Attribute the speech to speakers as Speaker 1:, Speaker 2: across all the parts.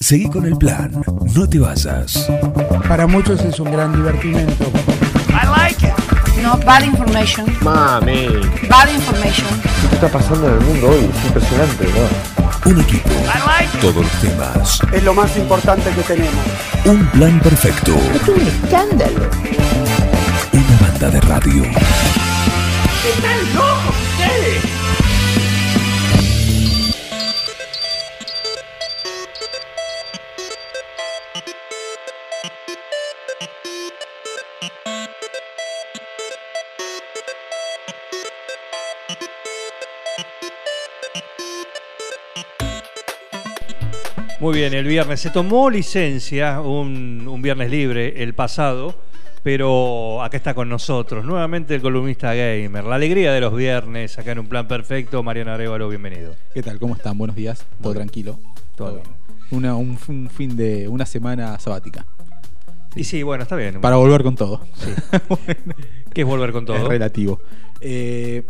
Speaker 1: Seguí con el plan, no te vayas.
Speaker 2: Para muchos es un gran divertimento.
Speaker 3: No, bad information.
Speaker 4: Mami,
Speaker 3: Bad information.
Speaker 4: ¿qué está pasando en el mundo hoy? Es impresionante, ¿no?
Speaker 1: Un equipo, todos los temas,
Speaker 5: es lo más importante que tenemos.
Speaker 1: un plan perfecto. Es un escándalo. Una banda de radio.
Speaker 6: Muy bien, el viernes se tomó licencia, un, un viernes libre el pasado, pero acá está con nosotros nuevamente el columnista gamer. La alegría de los viernes, acá en un plan perfecto. Mariano Arevalo, bienvenido.
Speaker 7: ¿Qué tal? ¿Cómo están? Buenos días. ¿Todo
Speaker 6: Bueno,
Speaker 7: tranquilo?
Speaker 6: todo bien.
Speaker 7: Una- un, f- un fin de una semana sabática.
Speaker 6: Y sí, bueno, está bien.
Speaker 7: Para volver con todo.
Speaker 6: ¿Qué es volver con
Speaker 7: Es
Speaker 6: todo?
Speaker 7: relativo. Eh,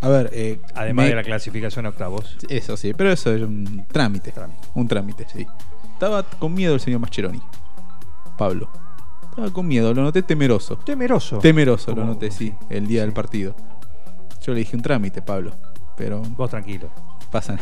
Speaker 7: a ver. eh,
Speaker 6: Además
Speaker 7: me-
Speaker 6: de la clasificación a octavos.
Speaker 7: Eso sí, pero eso es un trámite.
Speaker 6: Trámite.
Speaker 7: Un trámite, sí. Estaba con miedo el señor Mascheroni. Pablo. Estaba con miedo, lo noté temeroso.
Speaker 6: Temeroso.
Speaker 7: Temeroso, lo
Speaker 6: Como-
Speaker 7: noté, sí, el día del partido. Yo le dije un trámite, Pablo. Pero
Speaker 6: Vos tranquilo.
Speaker 7: pasan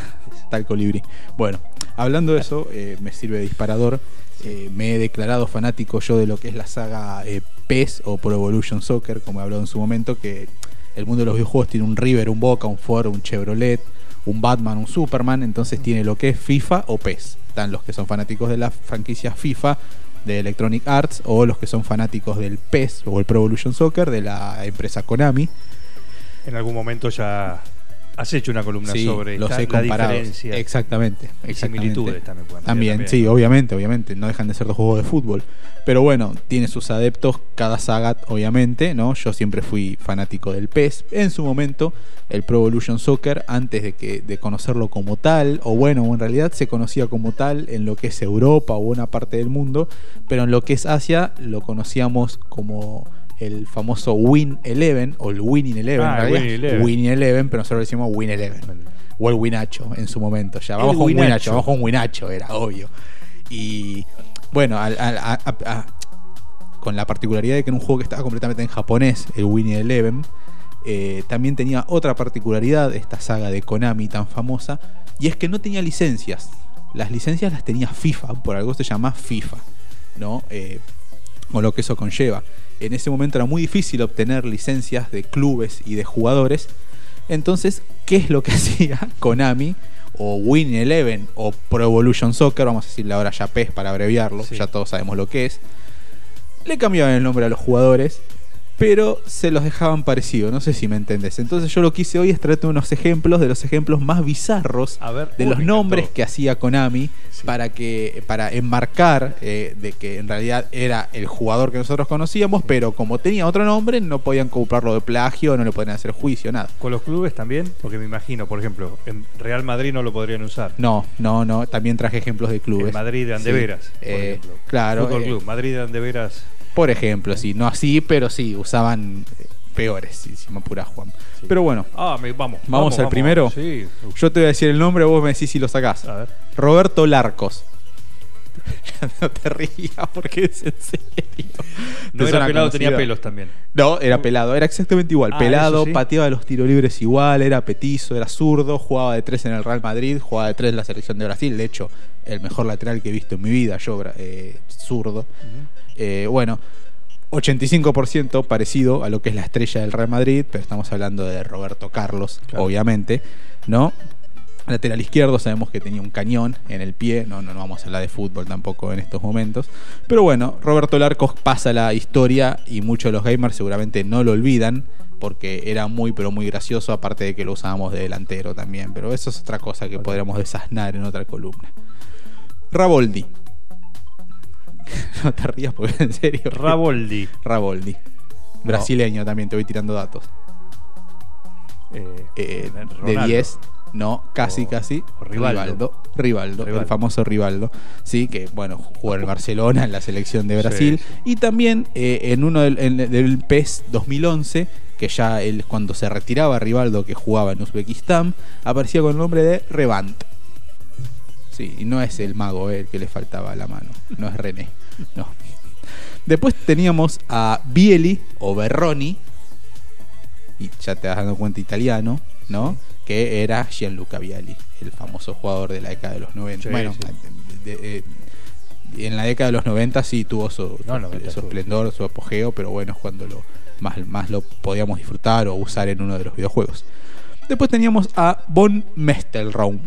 Speaker 7: tal colibrí. Bueno, hablando de eso, eh, me sirve de disparador. Eh, me he declarado fanático yo de lo que es la saga eh, PES o Pro Evolution Soccer, como he hablado en su momento, que el mundo de los videojuegos tiene un River, un Boca, un Ford, un Chevrolet, un Batman, un Superman, entonces tiene lo que es FIFA o PES. Están los que son fanáticos de la franquicia FIFA de Electronic Arts o los que son fanáticos del PES o el Pro Evolution Soccer de la empresa Konami.
Speaker 6: En algún momento ya has hecho una columna
Speaker 7: Sí,
Speaker 6: sobre
Speaker 7: los
Speaker 6: esta-
Speaker 7: he
Speaker 6: la
Speaker 7: comparado.
Speaker 6: diferencia.
Speaker 7: Exactamente,
Speaker 6: Y
Speaker 7: exactamente.
Speaker 6: similitudes también pueden haber
Speaker 7: También,
Speaker 6: también,
Speaker 7: sí,
Speaker 6: ¿no?
Speaker 7: obviamente, obviamente. No dejan de ser dos juegos de fútbol. Pero bueno, tiene sus adeptos cada saga, obviamente, ¿no? Yo siempre fui fanático del PES. En su momento, el Pro Evolution Soccer, antes de, que, de conocerlo como tal, o bueno, en realidad se conocía como tal en lo que es Europa o buena parte del mundo, pero en lo que es Asia lo conocíamos como el famoso Win 11 o el Winning 11,
Speaker 6: Ah,
Speaker 7: en
Speaker 6: el
Speaker 7: realidad.
Speaker 6: Winning 11.
Speaker 7: Winning 11, pero nosotros lo decimos Win 11 o el Winacho en su momento. Ya vamos
Speaker 6: El
Speaker 7: con Winacho.
Speaker 6: Winacho.
Speaker 7: vamos con Winacho, era obvio. Y bueno, al- al- a- a- a- con la particularidad de que era un juego que estaba completamente en japonés, el Winnie Eleven, eh, también tenía otra particularidad, esta saga de Konami tan famosa, y es que no tenía licencias. Las licencias las tenía FIFA, por algo se llama FIFA, ¿no? Eh, con lo que eso conlleva. En ese momento era muy difícil obtener licencias de clubes y de jugadores. Entonces, ¿qué es lo que hacía Konami o Win Eleven o Pro Evolution Soccer? Vamos a decirle ahora ya PES para abreviarlo,
Speaker 6: Sí.
Speaker 7: ya todos sabemos lo que es. Le cambiaban el nombre a los jugadores, pero se los dejaban parecido, no sé si me entendés. Entonces yo lo que hice hoy es traerte unos ejemplos de los ejemplos más bizarros
Speaker 6: A ver,
Speaker 7: de
Speaker 6: uy,
Speaker 7: los
Speaker 6: me
Speaker 7: nombres
Speaker 6: encantó.
Speaker 7: que hacía Konami
Speaker 6: Sí.
Speaker 7: para que para enmarcar eh, de que en realidad era el jugador que nosotros conocíamos, pero como tenía otro nombre no podían culparlo de plagio, no le podían hacer juicio, nada.
Speaker 6: Con los clubes también, porque me imagino, por ejemplo, en Real Madrid no lo podrían usar.
Speaker 7: No, no, no. También traje ejemplos de clubes.
Speaker 6: En Madrid de Andeveras,
Speaker 7: Sí.
Speaker 6: por
Speaker 7: Eh,
Speaker 6: ejemplo.
Speaker 7: claro.
Speaker 6: Fútbol
Speaker 7: eh,
Speaker 6: Club, Madrid de Andeveras.
Speaker 7: Por ejemplo, sí. No así, pero sí. Usaban eh, peores, si si me apurás, Juan.
Speaker 6: Sí.
Speaker 7: Pero bueno,
Speaker 6: Ah, me- vamos,
Speaker 7: ¿Vamos al primero?
Speaker 6: Sí.
Speaker 7: yo te voy a decir el nombre, vos me decís si lo sacás.
Speaker 6: A ver.
Speaker 7: Roberto Larcos. no te rías porque es en serio.
Speaker 6: No era
Speaker 7: Te suena
Speaker 6: pelado, tenía
Speaker 7: conocido.
Speaker 6: pelos también.
Speaker 7: No, era pelado, era exactamente igual.
Speaker 6: Ah, eso
Speaker 7: pelado,
Speaker 6: sí.
Speaker 7: pateaba los tiros libres igual, era petizo, era zurdo, jugaba de tres en el Real Madrid, jugaba de tres en la selección de Brasil. De hecho, el mejor lateral que he visto en mi vida, yo, bra- eh, zurdo. Eh, bueno, 85% parecido a lo que es la estrella del Real Madrid, pero estamos hablando de Roberto Carlos,
Speaker 6: Claro.
Speaker 7: obviamente, ¿no? Lateral izquierdo, sabemos que tenía un cañón en el pie. No, no, no vamos a hablar de fútbol tampoco en estos momentos. Pero bueno, Roberto Larcos pasa la historia y muchos de los gamers seguramente no lo olvidan porque era muy, pero muy gracioso. Aparte de que lo usábamos de delantero también. Pero eso es otra cosa que podríamos desasnar en otra columna. Raboldi. no te rías porque en serio.
Speaker 6: Raboldi. eh,
Speaker 7: Raboldi. Brasileño también, te voy tirando datos.
Speaker 6: eh,
Speaker 7: Eh, de
Speaker 6: Ronaldo.
Speaker 7: 10. No, casi,
Speaker 6: O-
Speaker 7: casi.
Speaker 6: o Rivaldo.
Speaker 7: Rivaldo. Rivaldo,
Speaker 6: Rivaldo.
Speaker 7: el famoso Rivaldo. Sí, que bueno, jugó en el Barcelona, en la selección de Brasil.
Speaker 6: Sí,
Speaker 7: Y también eh, en uno del, en- del PES 2011, que ya él, cuando se retiraba Rivaldo, que jugaba en Uzbekistán, aparecía con el nombre de Revant. Sí, y no es el mago eh, el que le faltaba la mano. No es René. No. Después teníamos a Bieli o Berroni. Y ya te vas dando cuenta italiano, ¿no? Que era Gianluca Biali, el famoso jugador de la década de los 90.
Speaker 6: Sí,
Speaker 7: bueno, de- de- de- en la década de los 90 sí tuvo su,
Speaker 6: No,
Speaker 7: su-
Speaker 6: 90
Speaker 7: su
Speaker 6: estuvo.
Speaker 7: esplendor, su apogeo, pero bueno, es cuando lo, más, más lo podíamos disfrutar o usar en uno de los videojuegos. Después teníamos a Von Mestelraum,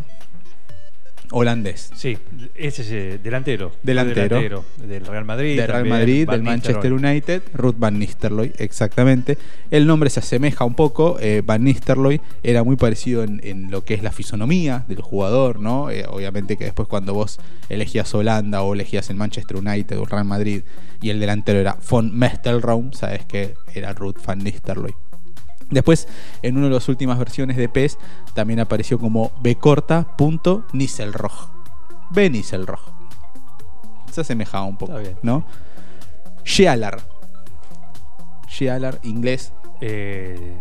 Speaker 7: holandés.
Speaker 6: Sí, ese es eh, delantero.
Speaker 7: Delantero.
Speaker 6: Del Real Madrid.
Speaker 7: del Real
Speaker 6: también,
Speaker 7: Madrid,
Speaker 6: Van
Speaker 7: del Manchester
Speaker 6: Nistelrooy.
Speaker 7: United, Ruth Van Nistelrooy, exactamente. El nombre se asemeja un poco, eh, Van Nistelrooy era muy parecido en, en lo que es la fisonomía del jugador, ¿no? Eh, obviamente que después cuando vos elegías Holanda o elegías el Manchester United o el Real Madrid y el delantero era Von Mestelraum, sabes que era Ruth Van Nistelrooy. Después, en una de las últimas versiones de PES, también apareció como bcorta.niselroj. B Nisselroj. Se asemejaba un poco,
Speaker 6: Está bien.
Speaker 7: ¿no? Shealar. Shealar, inglés.
Speaker 6: Eh,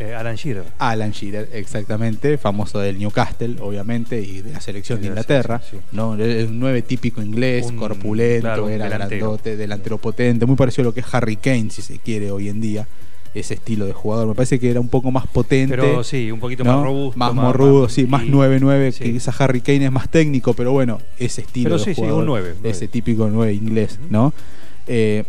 Speaker 6: eh, Alan Shearer.
Speaker 7: Alan Shearer, exactamente, famoso del Newcastle, obviamente, y de la selección
Speaker 6: Sí,
Speaker 7: de
Speaker 6: de la
Speaker 7: Inglaterra.
Speaker 6: selección,
Speaker 7: ¿no? El un nueve típico inglés,
Speaker 6: Un-
Speaker 7: corpulento,
Speaker 6: claro, un
Speaker 7: era
Speaker 6: delantero.
Speaker 7: grandote, delantero potente, muy parecido a lo que es Harry Kane, si se quiere, hoy en día, ese estilo de jugador. Me parece que era un poco más potente.
Speaker 6: Pero sí, un poquito
Speaker 7: ¿no?
Speaker 6: más robusto.
Speaker 7: Más morrudo, sí, más
Speaker 6: y-
Speaker 7: 9-9.
Speaker 6: sí.
Speaker 7: Quizás Harry Kane es más técnico, pero bueno, ese estilo
Speaker 6: Pero
Speaker 7: de
Speaker 6: sí, sí, un
Speaker 7: jugador,
Speaker 6: nueve,
Speaker 7: de Ese
Speaker 6: nueve.
Speaker 7: típico 9 inglés,
Speaker 6: Ujú.
Speaker 7: ¿no? Eh,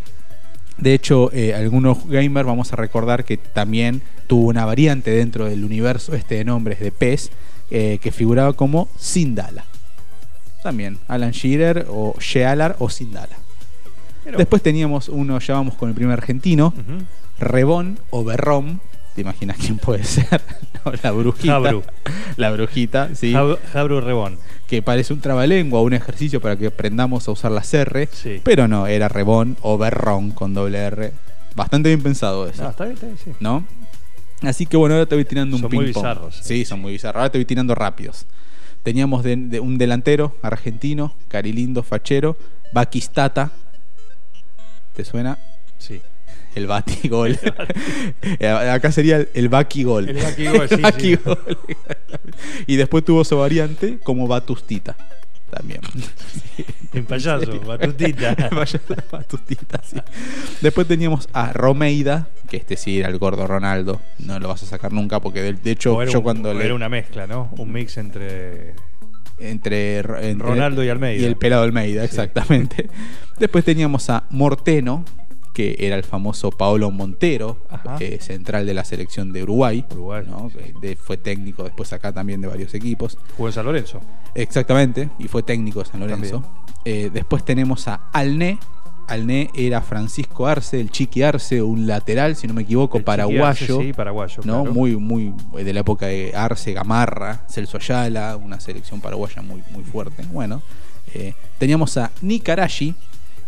Speaker 7: de hecho, eh, algunos gamers vamos a recordar que también tuvo una variante dentro del universo este de nombres de PES eh, que figuraba como Sindala. También, Alan Shearer o Shealar o Sindala.
Speaker 6: Pero- Mm.
Speaker 7: Después teníamos uno, ya vamos con el primer argentino,
Speaker 6: Ujú.
Speaker 7: Rebón o Berrón. ¿Te imaginas quién puede ser? No, la brujita.
Speaker 6: Jabru.
Speaker 7: La brujita, sí.
Speaker 6: Jab- Jabru Rebón.
Speaker 7: Que parece un trabalengua, un ejercicio para que aprendamos a usar las R.
Speaker 6: Sí.
Speaker 7: Pero no, era Rebón o Berrón con doble R. Bastante bien pensado eso.
Speaker 6: Ah, está bien, está bien, sí.
Speaker 7: ¿no? Así que bueno, ahora te voy tirando un
Speaker 6: Son
Speaker 7: ping
Speaker 6: muy bizarros, eh.
Speaker 7: Sí, son muy bizarros. Ahora te voy tirando rápidos. Teníamos de- de un delantero argentino, Carilindo Fachero, Baquistata. ¿Te suena?
Speaker 6: sí.
Speaker 7: El batigol. Eh, Acá sería el- el baquigol.
Speaker 6: El baquigol, Pues sí, sí.
Speaker 7: baquigol. Y después tuvo su variante como Batustita. También.
Speaker 6: En payaso, batutita.
Speaker 7: Vaya la batutita, sí. Después teníamos a Romeida, que este sí era el gordo Ronaldo. No lo vas a sacar nunca porque de, de hecho
Speaker 6: O era
Speaker 7: yo
Speaker 6: un-
Speaker 7: cuando
Speaker 6: o
Speaker 7: le...
Speaker 6: Era una mezcla, ¿no? Un mix entre.
Speaker 7: entre, Ro- entre-
Speaker 6: Ronaldo y Almeida.
Speaker 7: Y el pelado Almeida, exactamente. Después teníamos a Morteno, que era el famoso Paolo Montero,
Speaker 6: Ajá.
Speaker 7: eh, central de la selección de Uruguay.
Speaker 6: Uruguay,
Speaker 7: ¿no? Que de- fue técnico después acá también de varios equipos.
Speaker 6: Jugó en San Lorenzo.
Speaker 7: Exactamente, y fue técnico de San Lorenzo. Eh, después tenemos a Alné. Alné era Francisco Arce, el Chiqui Arce, un lateral, si no me equivoco,
Speaker 6: El
Speaker 7: paraguayo.
Speaker 6: Chiqui Arce, sí, paraguayo,
Speaker 7: ¿no?
Speaker 6: claro.
Speaker 7: Muy, muy eh, de la época de Arce, Gamarra, Celso Ayala, una selección paraguaya muy, muy fuerte. Bueno, eh, teníamos a Nicarashi,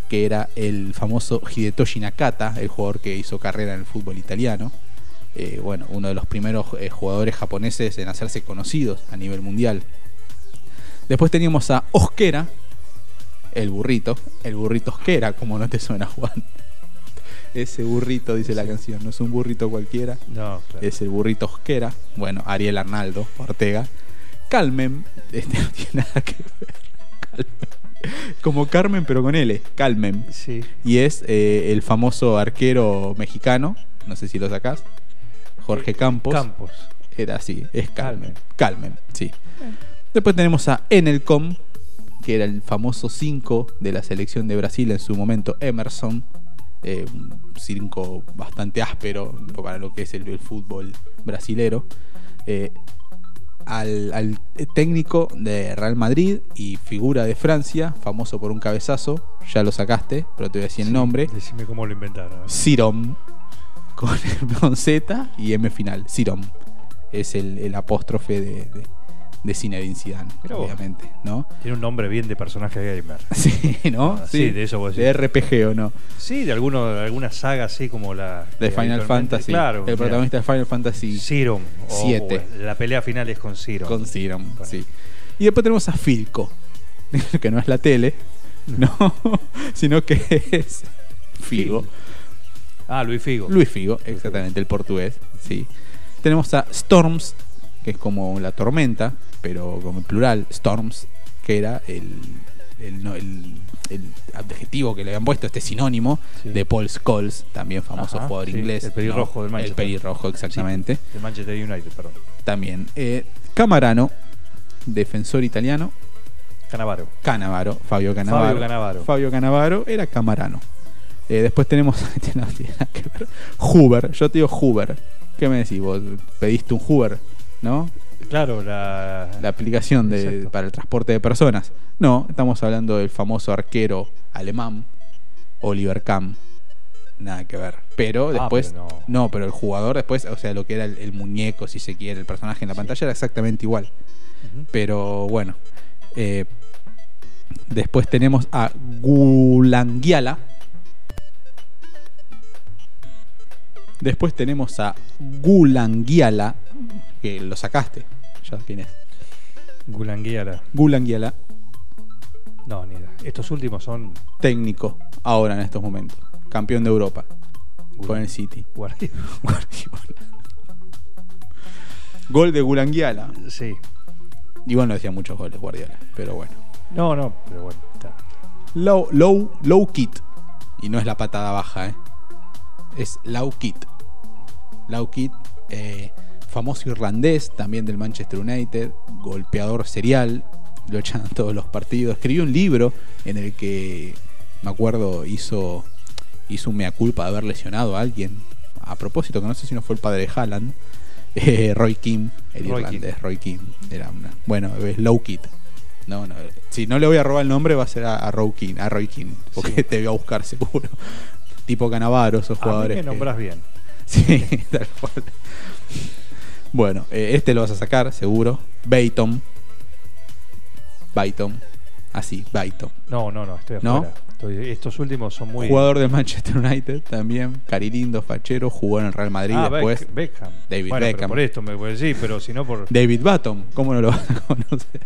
Speaker 7: que era el famoso Hidetoshi Nakata, el jugador que hizo carrera en el fútbol italiano. Eh, bueno, uno de los primeros eh, jugadores japoneses en hacerse conocidos a nivel mundial. Después teníamos a Osquera, el burrito, el burrito Osquera, como no te suena Juan. Ese burrito, dice la canción, no es un burrito cualquiera,
Speaker 6: No, claro.
Speaker 7: es el burrito Osquera. Bueno, Ariel Arnaldo Ortega. Calmen, este no tiene nada que ver. Calmen. Como Carmen, pero con L, Calmen.
Speaker 6: Sí.
Speaker 7: Y es eh, el famoso arquero mexicano, no sé si lo sacás, Jorge Campos.
Speaker 6: Campos.
Speaker 7: Era así, es Calmen. Calmen, sí. Después tenemos a Enelcom, que era el famoso 5 de la selección de Brasil en su momento, Emerson. Eh, un 5 bastante áspero para lo que es el, el fútbol brasilero. Eh, al, al técnico de Real Madrid y figura de Francia, famoso por un cabezazo, ya lo sacaste, pero te voy a decir el nombre.
Speaker 6: Decime cómo lo inventaron.
Speaker 7: Sirom con, con Z y M final. Sirom es el, el apóstrofe de, de, de Zinedine Zidane,
Speaker 6: Mirá vos.
Speaker 7: obviamente, ¿no?
Speaker 6: Tiene un nombre bien de personaje gamer.
Speaker 7: Sí, ¿no?
Speaker 6: Ah, sí, de eso vos
Speaker 7: De
Speaker 6: decís.
Speaker 7: RPG o no.
Speaker 6: Sí, de, alguno, de alguna saga así como la.
Speaker 7: De
Speaker 6: que
Speaker 7: Final
Speaker 6: habitualmente-
Speaker 7: Fantasy.
Speaker 6: Claro.
Speaker 7: el
Speaker 6: mira,
Speaker 7: protagonista de Final Fantasy
Speaker 6: Sirom. o-
Speaker 7: Siete.
Speaker 6: o la pelea final es con Sirom.
Speaker 7: con Sirom,
Speaker 6: Con-
Speaker 7: sí. Y después tenemos a Filco, que no es la tele, ¿no? sino que es Figo.
Speaker 6: Ah, Luis Figo.
Speaker 7: Luis Figo, exactamente, el portugués, sí. Tenemos a Storms, que es como la tormenta, pero como en plural, Storms, que era el, el, no, el- el adjetivo que le habían puesto, este sinónimo
Speaker 6: Sí.
Speaker 7: de Paul Scholes, también famoso
Speaker 6: Ajá,
Speaker 7: jugador
Speaker 6: sí,
Speaker 7: inglés.
Speaker 6: el pelirrojo del Manchester.
Speaker 7: El pelirrojo, exactamente.
Speaker 6: De Manchester United, perdón.
Speaker 7: También. eh, Camarano, defensor italiano.
Speaker 6: Canavaro.
Speaker 7: Canavaro, Fabio Canavaro.
Speaker 6: Fabio Cannavaro.
Speaker 7: Fabio Cannavaro era Camarano. Eh, después tenemos. este no tiene nada que ver. Huber, yo te digo Huber. ¿Qué me decís vos? Pediste un Huber, ¿no?
Speaker 6: Claro, la. Ah,
Speaker 7: La aplicación de-
Speaker 6: Exacto.
Speaker 7: para el transporte de personas. No, estamos hablando del famoso arquero alemán, Oliver Kamm. Nada que ver. Pero
Speaker 6: Ah,
Speaker 7: después.
Speaker 6: pero
Speaker 7: no.
Speaker 6: no.
Speaker 7: pero el jugador después, o sea, lo que era el, el muñeco, si se quiere, el personaje en la pantalla era exactamente igual.
Speaker 6: Ujú.
Speaker 7: Pero bueno. eh, después tenemos a Gulanguiala. Después tenemos a Gulanguiala. Que lo sacaste. Ya quién es.
Speaker 6: Gulanguiala.
Speaker 7: Gulanguiala,
Speaker 6: No, ni idea. Estos últimos son.
Speaker 7: técnico, ahora en estos momentos. Campeón de Europa. Con el City.
Speaker 6: Guardiola.
Speaker 7: Guardiola. Gol de Gulanguiala.
Speaker 6: Sí.
Speaker 7: Igual no decía muchos goles Guardiola, pero bueno.
Speaker 6: No, no, pero bueno. está.
Speaker 7: Low, low, low kit. Y no es la patada baja, ¿eh? Es low kit. Low kit, eh, famoso irlandés también del Manchester United, golpeador serial, lo echan en todos los partidos. Escribió un libro en el que, me acuerdo, hizo, hizo un mea culpa de haber lesionado a alguien. A propósito, que no sé si no fue el padre de Haaland. eh, Roy Kim, el
Speaker 6: Roy Keane.
Speaker 7: irlandés, Roy Kim. Era una, bueno, es Low Kid. No, no, si no le voy a robar el nombre va a ser a, a Roy Keane, a Roy Keane, porque
Speaker 6: Sí.
Speaker 7: te voy a buscar seguro. tipo Canavaro, esos
Speaker 6: A mí
Speaker 7: jugadores.
Speaker 6: me
Speaker 7: que-
Speaker 6: nombras bien.
Speaker 7: Sí, tal cual. Bueno, eh, este lo vas a sacar, seguro. Bayton. Bayton. Así, Bayton.
Speaker 6: No, no, no, estoy
Speaker 7: ¿No?
Speaker 6: afuera. Estoy- estos últimos son muy.
Speaker 7: Jugador del Manchester United también. Carilindo, fachero, jugó en el Real Madrid
Speaker 6: Ah,
Speaker 7: después.
Speaker 6: Beck- Beckham.
Speaker 7: David
Speaker 6: Bueno, pero
Speaker 7: Beckham.
Speaker 6: Por esto me voy a decir, pero si no por.
Speaker 7: David Baton, ¿cómo no lo van a conocer?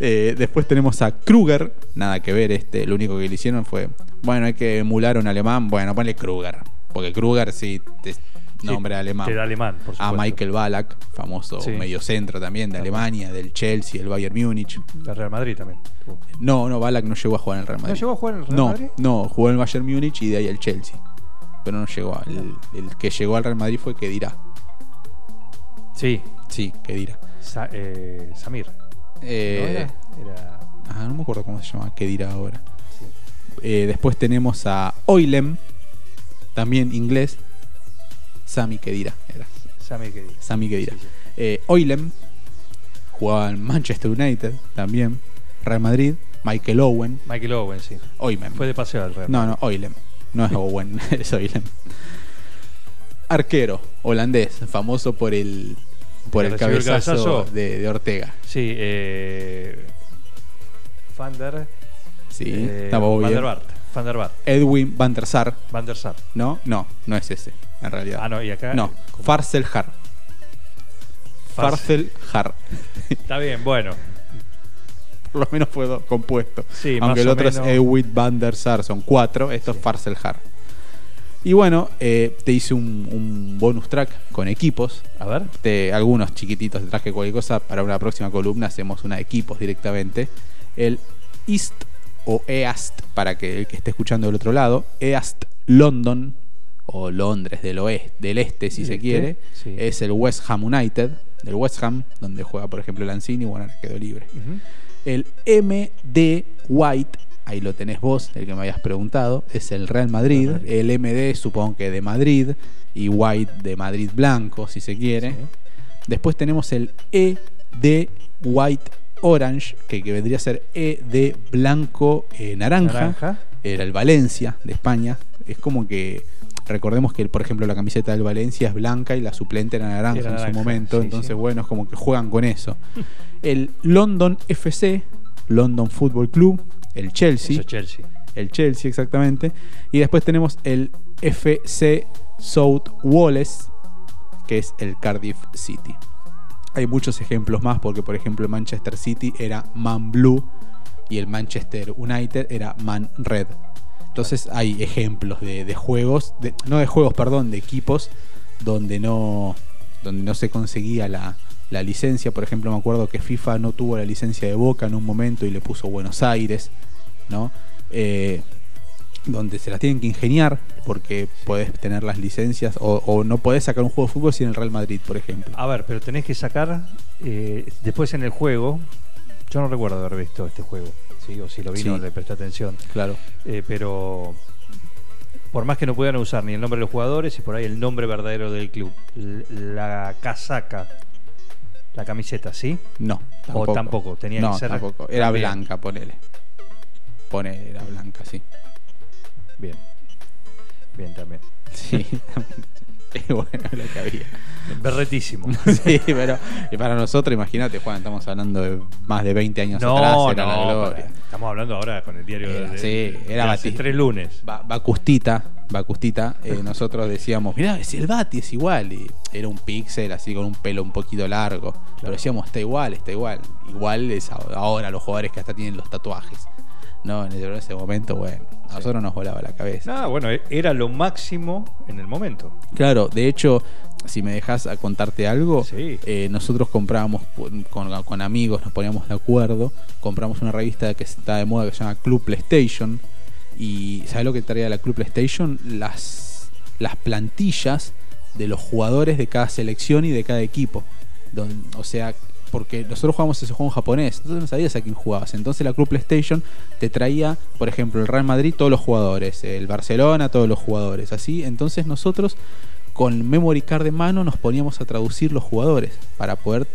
Speaker 7: Eh, después tenemos a Kruger, nada que ver, este, lo único que le hicieron fue, bueno, hay que emular a un alemán, bueno, ponle Kruger, porque Kruger sí es nombre
Speaker 6: Sí,
Speaker 7: alemán.
Speaker 6: Te da alemán, por supuesto.
Speaker 7: a Michael Ballack, famoso
Speaker 6: Sí.
Speaker 7: mediocentro también de
Speaker 6: Claro.
Speaker 7: Alemania, del Chelsea, del Bayern Múnich.
Speaker 6: Del Real Madrid también.
Speaker 7: No, no, Ballack no llegó a jugar en el Real Madrid.
Speaker 6: llegó a jugar en el Real
Speaker 7: no,
Speaker 6: Madrid?
Speaker 7: No, jugó en el Bayern Múnich y de ahí al Chelsea. Pero no llegó. El, el que llegó al Real Madrid fue Kedira.
Speaker 6: Sí.
Speaker 7: Sí, Kedira.
Speaker 6: Sa- eh, Samir.
Speaker 7: Eh,
Speaker 6: ¿No era? Era-
Speaker 7: Ah, no me acuerdo cómo se llama, qué dirá ahora. Eh, después tenemos a Oilem, también inglés. Sami Kedira era.
Speaker 6: Samir que diga.
Speaker 7: Sami Kedira.
Speaker 6: Sí, sí.
Speaker 7: Eh, Oilem jugaba en Manchester United también. Real Madrid. Michael Owen.
Speaker 6: Michael Owen, sí.
Speaker 7: Oilem.
Speaker 6: Fue de paseo al Real.
Speaker 7: No, no, Oilem. No es Owen, es Oilem. Arquero holandés, famoso por el por
Speaker 6: Que
Speaker 7: el
Speaker 6: recibió el
Speaker 7: cabezazo,
Speaker 6: cabezazo.
Speaker 7: De, de Ortega.
Speaker 6: Sí, eh. Van der.
Speaker 7: Sí,
Speaker 6: eh,
Speaker 7: estamos
Speaker 6: Van
Speaker 7: bien.
Speaker 6: der Vaart. Van der Vaart.
Speaker 7: Edwin van der Sar,
Speaker 6: Van der Sar.
Speaker 7: ¿No? No, no es ese, en realidad.
Speaker 6: Ah, no, y acá.
Speaker 7: No,
Speaker 6: ¿Cómo?
Speaker 7: Farselhar.
Speaker 6: Farcel.
Speaker 7: Farselhar.
Speaker 6: Está bien, bueno.
Speaker 7: Por lo menos fue do- compuesto.
Speaker 6: Sí, más
Speaker 7: Aunque el
Speaker 6: o
Speaker 7: otro
Speaker 6: menos.
Speaker 7: es Ewit van der Sar, son cuatro. Esto
Speaker 6: Sí.
Speaker 7: es Farselhar. Y bueno, eh, te hice un, un bonus track con equipos.
Speaker 6: A ver.
Speaker 7: Te- algunos chiquititos te traje cualquier cosa. Para una próxima columna hacemos una de equipos directamente. El East o E EAST, para que el que esté escuchando del otro lado. E EAST London o Londres del oeste, del este si
Speaker 6: Del
Speaker 7: se
Speaker 6: este,
Speaker 7: quiere,
Speaker 6: sí.
Speaker 7: es el West Ham United, del West Ham, donde juega por ejemplo Lanzini, bueno, ahora quedó libre.
Speaker 6: Ujú.
Speaker 7: El MD White, ahí lo tenés vos, el que me habías preguntado, es el Real Madrid.
Speaker 6: Real Madrid.
Speaker 7: El MD supongo que de Madrid y White de Madrid Blanco, si se quiere.
Speaker 6: Sí.
Speaker 7: Después tenemos el ED White Orange, que, que vendría a ser ED Blanco eh, naranja.
Speaker 6: Naranja.
Speaker 7: Era el Valencia de España. Es como que recordemos que, por ejemplo, la camiseta del Valencia es blanca y la suplente era naranja
Speaker 6: Era
Speaker 7: en su
Speaker 6: naranja,
Speaker 7: momento.
Speaker 6: sí,
Speaker 7: Entonces,
Speaker 6: sí.
Speaker 7: bueno, es como que juegan con eso. El London FC, London Football Club, el Chelsea,
Speaker 6: Eso es Chelsea.
Speaker 7: el Chelsea exactamente. Y después tenemos el FC South Wales, que es el Cardiff City. Hay muchos ejemplos más, porque por ejemplo el Manchester City era Man Blue y el Manchester United era Man Red. Entonces hay ejemplos de, de juegos, de- no de juegos, perdón, de equipos donde no, donde no se conseguía la, la licencia. Por ejemplo, me acuerdo que FIFA no tuvo la licencia de Boca en un momento y le puso Buenos Aires, ¿no? Eh, donde se las tienen que ingeniar porque podés tener las licencias o, o no podés sacar un juego de fútbol sin el Real Madrid, por ejemplo.
Speaker 6: A ver, pero tenés que sacar eh, después en el juego. Yo no recuerdo haber visto este juego, ¿sí? o si lo vi
Speaker 7: Sí.
Speaker 6: no le presté atención.
Speaker 7: Claro.
Speaker 6: Eh, pero por más que no puedan usar ni el nombre de los jugadores y por ahí el nombre verdadero del club, l- la casaca, la camiseta, ¿sí?
Speaker 7: No, tampoco.
Speaker 6: O tampoco, tenía
Speaker 7: no,
Speaker 6: que ser.
Speaker 7: tampoco. Era
Speaker 6: Bien,
Speaker 7: blanca, ponele. Ponele, era blanca, sí.
Speaker 6: Bien. Bien también.
Speaker 7: Sí. es bueno lo que había.
Speaker 6: Berretísimo.
Speaker 7: Sí, pero y para nosotros, imagínate, Juan, estamos hablando de más de 20 años
Speaker 6: No,
Speaker 7: atrás,
Speaker 6: no,
Speaker 7: era la gloria.
Speaker 6: para- estamos hablando ahora con el diario
Speaker 7: Era,
Speaker 6: de,
Speaker 7: sí,
Speaker 6: de
Speaker 7: era
Speaker 6: hace
Speaker 7: Batista.
Speaker 6: tres lunes.
Speaker 7: Ba- Bacustita, Bacustita, eh, nosotros decíamos, mirá, es el Bati, es igual. Y era un pixel así con un pelo un poquito largo. Pero decíamos, está igual, está igual. Igual es a- ahora los jugadores que hasta tienen los tatuajes. No, en ese- en ese momento, bueno, a nosotros nos volaba la cabeza.
Speaker 6: Nada, bueno, e- era lo máximo en el momento.
Speaker 7: Claro, de hecho, si me dejas a contarte algo,
Speaker 6: Sí.
Speaker 7: eh, nosotros comprábamos con, con- con amigos, nos poníamos de acuerdo, compramos una revista que está de moda que se llama Club PlayStation. Y ¿sabes lo que traía la Club PlayStation? Las, las plantillas de los jugadores de cada selección y de cada equipo. Don- o sea, porque nosotros jugamos ese juego en japonés, entonces no sabías a quién jugabas. Entonces la Club PlayStation te traía, por ejemplo, el Real Madrid, todos los jugadores, el Barcelona, todos los jugadores, así. Entonces nosotros con Memory Card de mano nos poníamos a traducir los jugadores para poder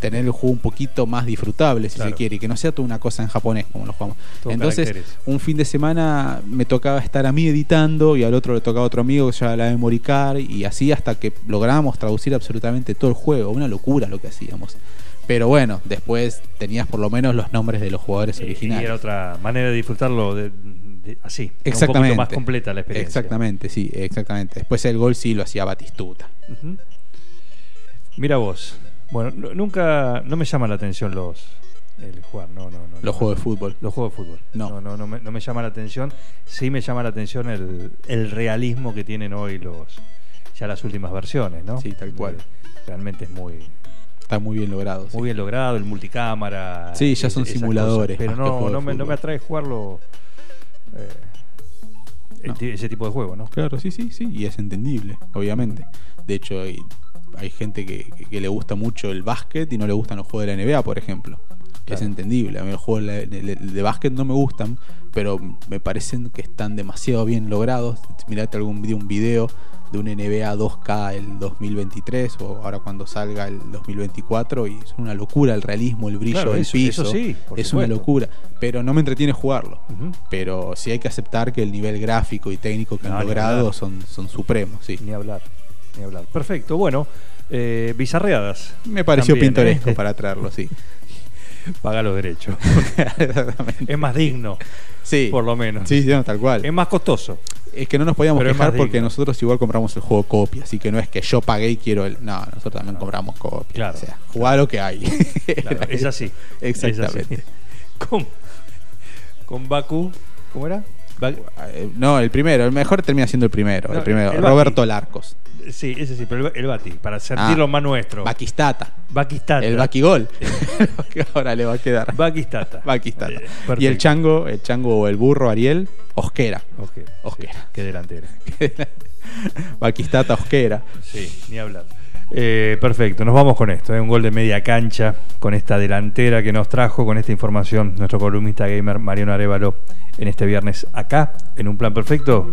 Speaker 7: tener el juego un poquito más disfrutable, si
Speaker 6: Claro.
Speaker 7: se quiere, y que no sea toda una cosa en japonés como lo jugamos.
Speaker 6: Todo
Speaker 7: Entonces,
Speaker 6: caracteres.
Speaker 7: un fin de semana me tocaba estar a mí editando y al otro le tocaba a otro amigo que se llama la Memory Card y así hasta que lográbamos traducir absolutamente todo el juego. Una locura lo que hacíamos. Pero bueno, después tenías por lo menos los nombres de los jugadores
Speaker 6: Eh, Y era
Speaker 7: originales.
Speaker 6: otra manera de disfrutarlo de- de- así. era
Speaker 7: Exactamente.
Speaker 6: Un poquito más completa la experiencia.
Speaker 7: Exactamente, sí, exactamente. Después el gol sí lo hacía Batistuta.
Speaker 6: Ujú. Mira vos. Bueno, no- nunca. No me llama la atención los. El jugar, no, no, no.
Speaker 7: Los
Speaker 6: no.
Speaker 7: juegos de fútbol.
Speaker 6: Los juegos de fútbol.
Speaker 7: No.
Speaker 6: No, no, no me, no me llama la atención. Sí me llama la atención el, el realismo que tienen hoy los. Ya las últimas versiones, ¿no? Eh,
Speaker 7: Sí, tal cual.
Speaker 6: Realmente es muy,
Speaker 7: Está muy bien logrado. sí.
Speaker 6: muy bien logrado, el multicámara.
Speaker 7: Sí, ya son
Speaker 6: esas
Speaker 7: simuladores,
Speaker 6: cosas.
Speaker 7: más
Speaker 6: pero
Speaker 7: que
Speaker 6: no,
Speaker 7: juegos de
Speaker 6: no, me, no
Speaker 7: fútbol.
Speaker 6: me atrae jugarlo. eh,
Speaker 7: No.
Speaker 6: este- Ese tipo de juego, ¿no?
Speaker 7: Claro, sí, sí, sí, y es entendible, obviamente. De hecho, hay, hay gente que, que- que le gusta mucho el básquet y no le gustan los juegos de la NBA, por ejemplo. Es
Speaker 6: Claro.
Speaker 7: entendible. A mí los juegos de, la- de- de básquet no me gustan, pero me parecen que están demasiado bien logrados. Mirate algún vi- un video de un NBA 2K el 2023 o ahora cuando salga el 2024 y es una locura el realismo, el brillo
Speaker 6: Claro,
Speaker 7: del
Speaker 6: eso-
Speaker 7: piso.
Speaker 6: eso sí, por
Speaker 7: es una
Speaker 6: supuesto.
Speaker 7: locura, pero no me entretiene jugarlo
Speaker 6: Ujú.
Speaker 7: pero sí hay que aceptar que el nivel gráfico y técnico que
Speaker 6: No,
Speaker 7: han
Speaker 6: ni
Speaker 7: logrado
Speaker 6: hablar.
Speaker 7: son, son supremos, sí.
Speaker 6: Ni hablar, ni hablar. Perfecto, bueno, eh, bizarreadas.
Speaker 7: Me pareció
Speaker 6: También,
Speaker 7: pintoresco
Speaker 6: ¿eh?
Speaker 7: para traerlo, sí.
Speaker 6: Paga los derechos.
Speaker 7: Exactamente.
Speaker 6: es más digno,
Speaker 7: Sí.
Speaker 6: por lo menos.
Speaker 7: Sí, sí, no, tal cual.
Speaker 6: Es más costoso.
Speaker 7: Es que no nos podíamos
Speaker 6: Pero es
Speaker 7: quejar
Speaker 6: más
Speaker 7: porque
Speaker 6: digno.
Speaker 7: nosotros igual compramos el juego copia, así que no es que yo pagué y quiero el. No, nosotros también compramos copia.
Speaker 6: Claro.
Speaker 7: O sea, jugá lo que hay.
Speaker 6: Claro, es así.
Speaker 7: Exactamente.
Speaker 6: Es así. Con, con Baku, ¿cómo era? Ba-
Speaker 7: Eh, No, el primero, el mejor termina siendo el primero.
Speaker 6: No,
Speaker 7: el primero,
Speaker 6: el Baki.
Speaker 7: Roberto Larcos.
Speaker 6: sí, ese sí, pero el, el Bati, para sentirlo más nuestro.
Speaker 7: Baquistata.
Speaker 6: Baquistata.
Speaker 7: El Baquigol. que ahora le va a quedar.
Speaker 6: Baquistata.
Speaker 7: Paquistán.
Speaker 6: Eh,
Speaker 7: y el
Speaker 6: perfecto.
Speaker 7: chango, el chango o el burro Ariel, Osquera.
Speaker 6: Ok,
Speaker 7: Osquera.
Speaker 6: sí, qué delantero.
Speaker 7: Paquistata Osquera.
Speaker 6: Sí, ni hablar. Eh, perfecto, nos vamos con esto. ¿eh? Un gol de media cancha con esta delantera que nos trajo con esta información nuestro columnista gamer Mariano Arevalo en este viernes acá, en un plan perfecto.